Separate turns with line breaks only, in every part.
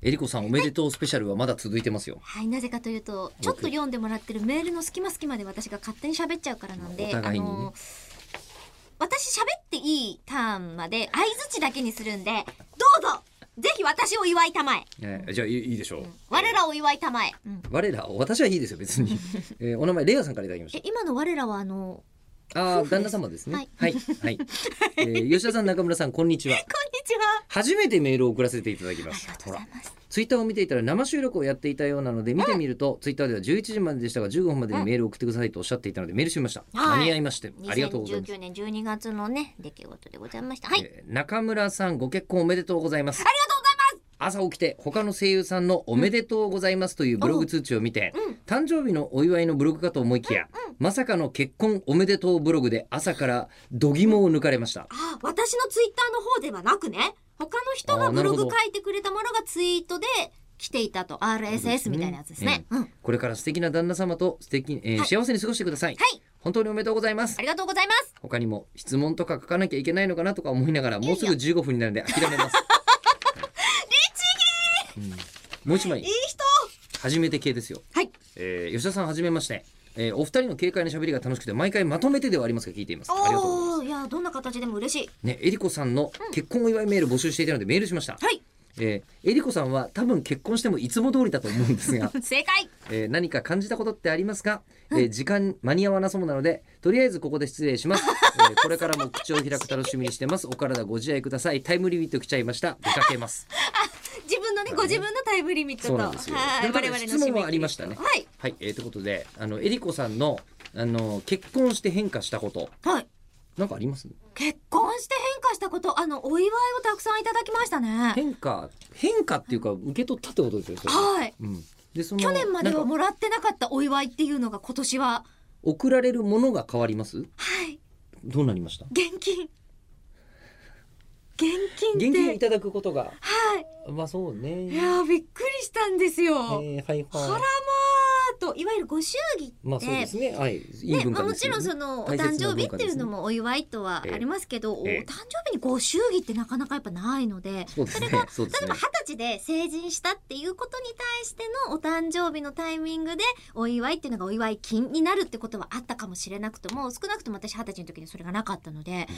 えりこさんおめでとうスペシャルはまだ続いてますよ。
はい、なぜかというと、ちょっと読んでもらってるメールの隙間隙間で私が勝手に喋っちゃうからなんで、
お互いにね
の、私喋っていいターンまで相づちだけにするんで、どうぞぜひ私を祝いたまえ
えーじゃあいいいいでしょう。
我らを祝いたまえ、
我ら私はいいですよ別 に。えーお名前レアさんからいただきま
え
し、
今の我らはあの、
た。ああ旦那様ですね。
は
はいいはい。えー吉田さん中村さんこんにちは。
こんにちは
初めてメールを送らせていただきま
あり
す
が。と
ほ
うござ
ら
い。ます。
ツイッターを見ていたら生収録をやっていたようなので見てみると、ツイッターでは11時まででしたが15分までにメールを送ってくださいとおっしゃっていたのでメールしました、
はい
間に合いましてありがとうございます、
2019年12月のね、出来事でございました。はい。
えー中村さんご結婚おめでとうございますありがとうございます朝起きて他の声優さんのおめでとうございますというブログ通知を見て、
うん
誕生日のお祝いのブログかと思いきや、まさかの結婚おめでとうブログで朝から度肝を抜かれました
あ、私のツイッターの方ではなくね、他の人
あ
が
ー
ブ
なる
ロ
ほど
グ書いてくれたものがツイートで来ていたと、RSS みたいなやつですね。うん。
これから素敵な旦那様と素敵、えー
はい
幸せに過ごしてください、
はい
本当におめでとうございます
ありがとうございます。
他にも質問とか書かなきゃいけないのかなとか思いながらもうすぐ15分になるんで諦め ます。うんもう一枚
いい人
初めて系ですよ、
はい。
えー吉田さんはじめまして、えーお二人の軽快な喋りが楽しくて毎回まとめてではありますが聞いていますありがとうございま
おおー、いや、どんな形でも嬉しい。
すねえりこさんの結婚お祝いメール募集していたのでメールしました、
はい。
えーえりこさんは多分結婚してもいつも通りだと思うんですが
正解。
えー何か感じたことってありますか、えー時間間に合わなそうなのでとりあえずここで失礼し ます、えーこれからも口を開く楽しみにしてますお体ご自愛くださいタイムリミット来ちゃいました出かけます
自分のね、ご自分のタイムリミットと、
そうなんですよ
はい。
でもただ
我々
質
の
問はありましたね
はい。
はいえー、ということであのえりこさんのあの結婚して変化したこと
はい。
なんかあります
結婚して変化したこと、あの、お祝いをたくさんいただきましたね。
変化変化っていうか受け取ったってことですよそれ
はい。
うん、でその
去年まで
な
は
んか
もらってなかったお祝いっていうのが今年は、
送られるものが変わります
はい。
どうなりました
現金。現
現
金
金を
で
い。ただくことが
はい。
まあそうね
いやー、びっくりしたんです
え
よ。
ーはい
あら
は
ま
い
ーと、いわゆるご祝儀って、
まあそうですねはいいい
ね
文
まあ、
化
も
です
ち
よ
ろ
ね
んそのお
大切な
誕生日っていうの
文
もお祝いとはありますけど、
ええ
お誕生日にご祝儀ってなかなかやっぱないので、
そうですね
それが
そうです
例
ね
えば二十歳で成人したっていうことに対してのお誕生日のタイミングでお祝いっていうのがお祝い金になるってことはあったかもしれなくとも少なくとも私二十歳の時にそれがなかったので、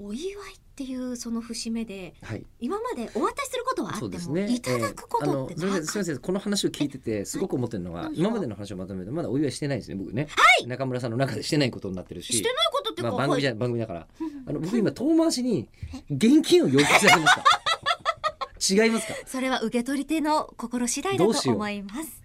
お祝いっていうその節目で
はい、
今までお渡しすることはあっ
そう
て
です
も、
ね。
いただくことって
えーあのすみ
な
ま
か
せ
っ
ん、すみません、この話を聞いてて、すごく思ってるの
は
が
い、
今までの話をまとめると、まだお祝いしてないですね、僕ね。中村さんの中でしてないことになってる
して
し
な。いことっていう
ま
か、
あ、番組じ
はい
ゃ、番組だから、あの、僕 今遠回しに、現金を要求されました。違いますか。
それは受け取り手の心次第だ
どうし
と
よう
思います。